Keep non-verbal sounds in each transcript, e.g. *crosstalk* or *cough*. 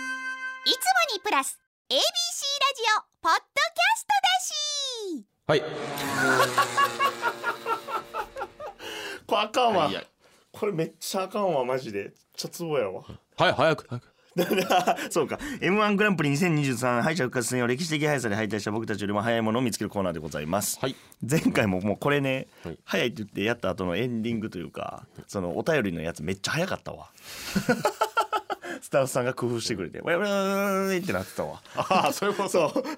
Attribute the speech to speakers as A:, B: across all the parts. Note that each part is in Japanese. A: いつもにプラス ABC ラジオポッドキ
B: はい。
C: これあかんわ、
B: いや
C: これめっちゃあかんわマジでめっちゃツボやわ
B: はい、早く、早く。
C: *laughs* そうか m 1グランプリ2023敗者復活戦を歴史的速さで敗退した僕たちよりも早いものを見つけるコーナーでございます、
B: はい。
C: 前回ももうこれね、
B: はい
C: 早いって言ってやった後のエンディングというかそのお便りのやつめっちゃ早かった *laughs* わスタッフさんが工夫してくれて「わやわやわやわやってなってたわ
B: ああ、そういうこと。
C: *laughs*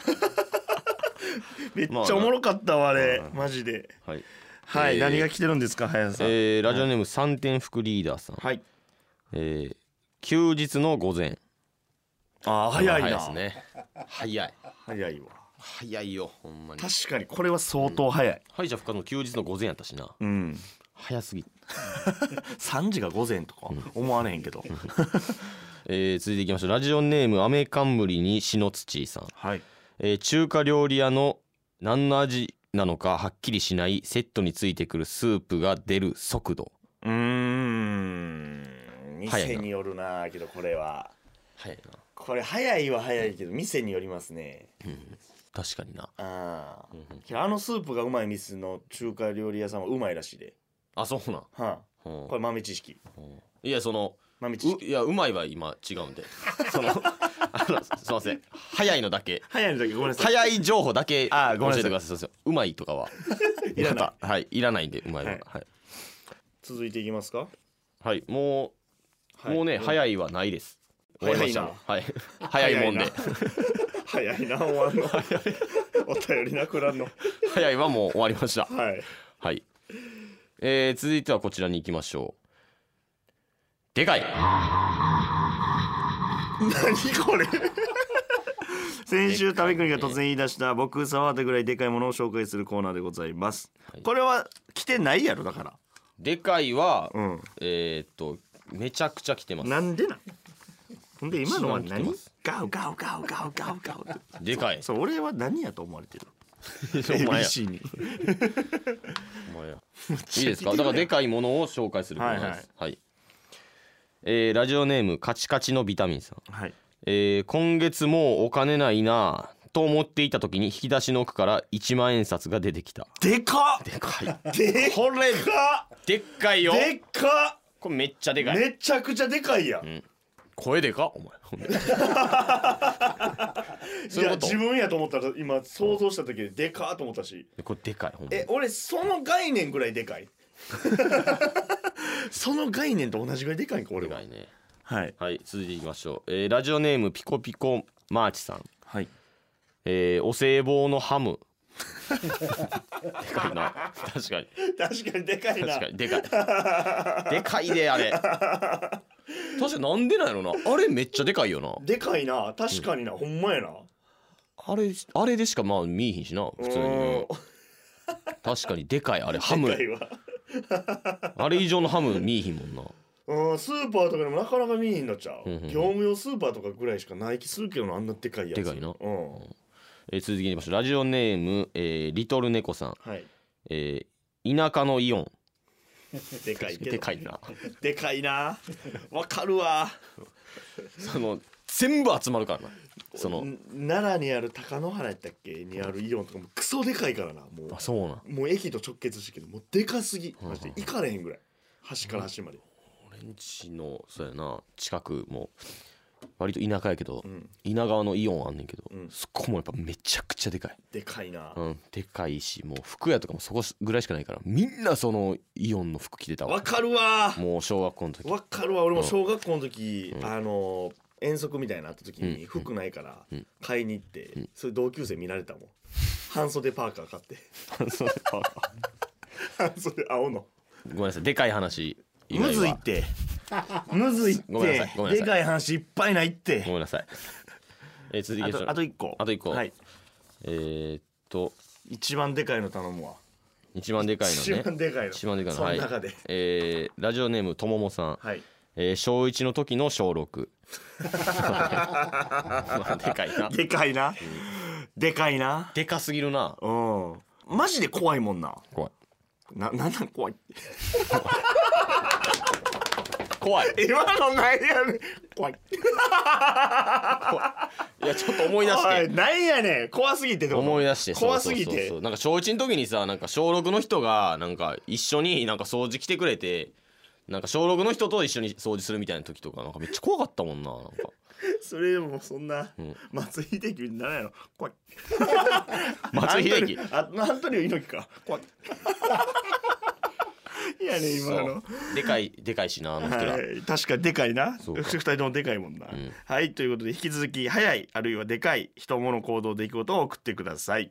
C: めっちゃおもろかったわあれマジで
B: はい。
C: はい、
B: えー
C: 何が来てるんですか早さん、
B: えー、ラジオネーム三点福リーダーさん。
C: はい
B: えー、休日の午前。
C: あー早いな
B: 早ですね。早い。
C: 早いわ
B: 早いよ、ほんまに。
C: 確かにこれは相当早い
B: 敗者復活の休日の午前やったしな。
C: うん
B: 早すぎ。
C: 3時が午前とか思われへんけど、
B: えー、続いていきましょう。ラジオネームアメカンムリにしのつちさん。
C: はい
B: えー、中華料理屋の何の味なのかはっきりしないセットについてくるスープが出る速度。
C: うーん
B: 早いな
C: 店によるなけどこれは
B: 早いな。
C: これ早いは早いけど店によりますね
B: 確かにな。
C: あー
B: んうん
C: けどあのスープがうまい店の中華料理屋さんはうまいらしいで
B: あ、そうなん。
C: は
B: うん
C: あ、これ豆知識
B: いやその
C: 豆知
B: う
C: 識
B: いやうまいは今違うん
C: *laughs*
B: でその *laughs* あのすいません早いのだけ
C: 早いのだけごめんなさい
B: 早い情報だけ
C: あ
B: 教
C: ーごめんなさ
B: え
C: い
B: てくださいそうそううまいとかは
C: *laughs* いらない
B: またはいいらないんでうまいはは
C: はいい、続いていきますか、
B: はい、もう、
C: はい
B: もうね、
C: ん
B: 早いはないです
C: 早い
B: 終わ
C: な
B: りましたはい *laughs* 早いもんで
C: 早い早いな終わんの *laughs* お便りなくらんの
B: 早いはもう終わりました
C: はい
B: はい、えー、続いてはこちらに行きましょうでかい
C: 何これ先週食べくんが突然言い出した僕触ったぐらいでかいものを紹介するコーナーでございます、
B: はい
C: これは来てないやろだから
B: でかいは、
C: うん
B: えー、っとめちゃくちゃ来てます
C: なんでなんほんで今のは
B: 一番来て
C: 何
B: ます
C: ガウガウガウガウガウガウって
B: でかい
C: そう俺は何やと思われてる
B: お前や
C: ABC に
B: ほんま *laughs* やいいですかだからでかいものを紹介するコーナーですはい、えーラジオネームカチカチのビタミンさん、
C: はい
B: えー今月もうお金ないなぁと思っていた時に引き出しの奥から1万円札が出てきた
C: でかっ
B: でかい
C: で
B: これ
C: かっ
B: でっかいよ
C: でっか
B: これめっちゃで
C: っ
B: かい
C: めちゃくちゃでかいやん、
B: 声でかっお前ほんでそう
C: い
B: いう
C: や
B: こと
C: 自分やと思ったら今想像した時ででかっと思ったし
B: これでかいほんま
C: え俺その概念ぐらい
B: *laughs*
C: でかいその概念と同じぐらいでかいんか俺
B: で
C: は
B: かいね
C: はい
B: はい続いていきましょう、えーラジオネームピコピコマーチさん
C: はい
B: えー、お歳暮のハ *laughs* ムでかいな確かに
C: 確かにでかいな
B: 確かにで
C: *laughs*
B: かいでかいであれ確かなんでなんやろなあれめっちゃでかいよな
C: でかいな確かにな、ほんまやな
B: あれあれでしかまあ見えへんしな普通に
C: うん
B: 確かにでかいあれハム
C: でかいわ
B: あれ以上のハム見えへんもんな
C: うんスーパーとかでもなかなか見えへんなっちゃう、
B: うんうん
C: 業務用スーパーとかぐらいしかない気するけどなあんなでかいや
B: で
C: つ
B: かいな
C: うん
B: えー続きましてラジオネーム、えーリトル猫さん、
C: はい
B: えー田舎のイオン
C: でかいけど
B: でかいな
C: でかいなわかるわ
B: *laughs* その全部集まるからなその
C: ん奈良にある高野原やったっけにあるイオンとかもクソでかいからなもう
B: あそうなん
C: もう駅と直結してるけどもうでかすぎ
B: ん
C: マジで行かれへんぐらい端から端まで
B: 俺んちのそうやな近くも割と田舎やけど、
C: ん
B: 稲川のイオンあんねんけど、
C: うん
B: そこもやっぱめちゃくちゃでかい、
C: でかいな
B: うん、でかいしもう服屋とかもそこぐらいしかないからみんなそのイオンの服着てた
C: わ
B: わ
C: かるわ
B: もう小学校の時
C: わかるわ俺も小学校の時あの遠足みたいなのあった時
B: う
C: に
B: ん
C: 服ないから
B: ん
C: 買いに行ってそれ同級生見られたもん半袖パーカー買って半袖青の
B: ごめんなさいでかい話以外は
C: てむずいっ
B: ごめんなさいごめんなさい
C: い話いっぱいないって
B: ごめんなさい、 *laughs* えー続
C: あ
B: きましょう
C: とあと1個
B: あと一個
C: はい
B: えーっと
C: 一番でかいの頼むわ
B: 一番でかいのね
C: 一番でかいの
B: 一番でかいの
C: その
B: はい
C: 中で
B: えーラジオネームとももさん、
C: はい
B: えー小1の時の小6
C: *laughs*
B: *laughs* まあでかいな
C: でかいな。でかいな。
B: でかすぎるな
C: うん。マジで怖いもんな。
B: 怖い
C: な、なんなん怖いって。
B: 怖い
C: 今のなんやねん怖い
B: いやちょっと思い出し
C: おい
B: て
C: なんやねん怖すぎてってこ
B: *laughs*
C: と
B: 思い出してそう
C: 怖
B: そ
C: す
B: うそう
C: ぎ
B: そう
C: て
B: なんか小1の時にさなんか小6の人がなんか一緒になんか掃除来てくれてなんか小6の人と一緒に掃除するみたいな時とかなんかめっちゃ怖かったもんななんか
C: それでもそんな
B: うん
C: 松井秀喜にならないの怖い
B: *laughs* 松井秀喜
C: アントニオあアントニオ猪木か
B: *laughs*
C: 怖いいやね今の
B: そうでかいでかいしなあの人ら、
C: はい、確かにでかいな
B: そう
C: そ
B: か
C: 2人ともでかいもんな、
B: ん
C: はいということで引き続き早いあるいはでかい人物行動出来事を送ってください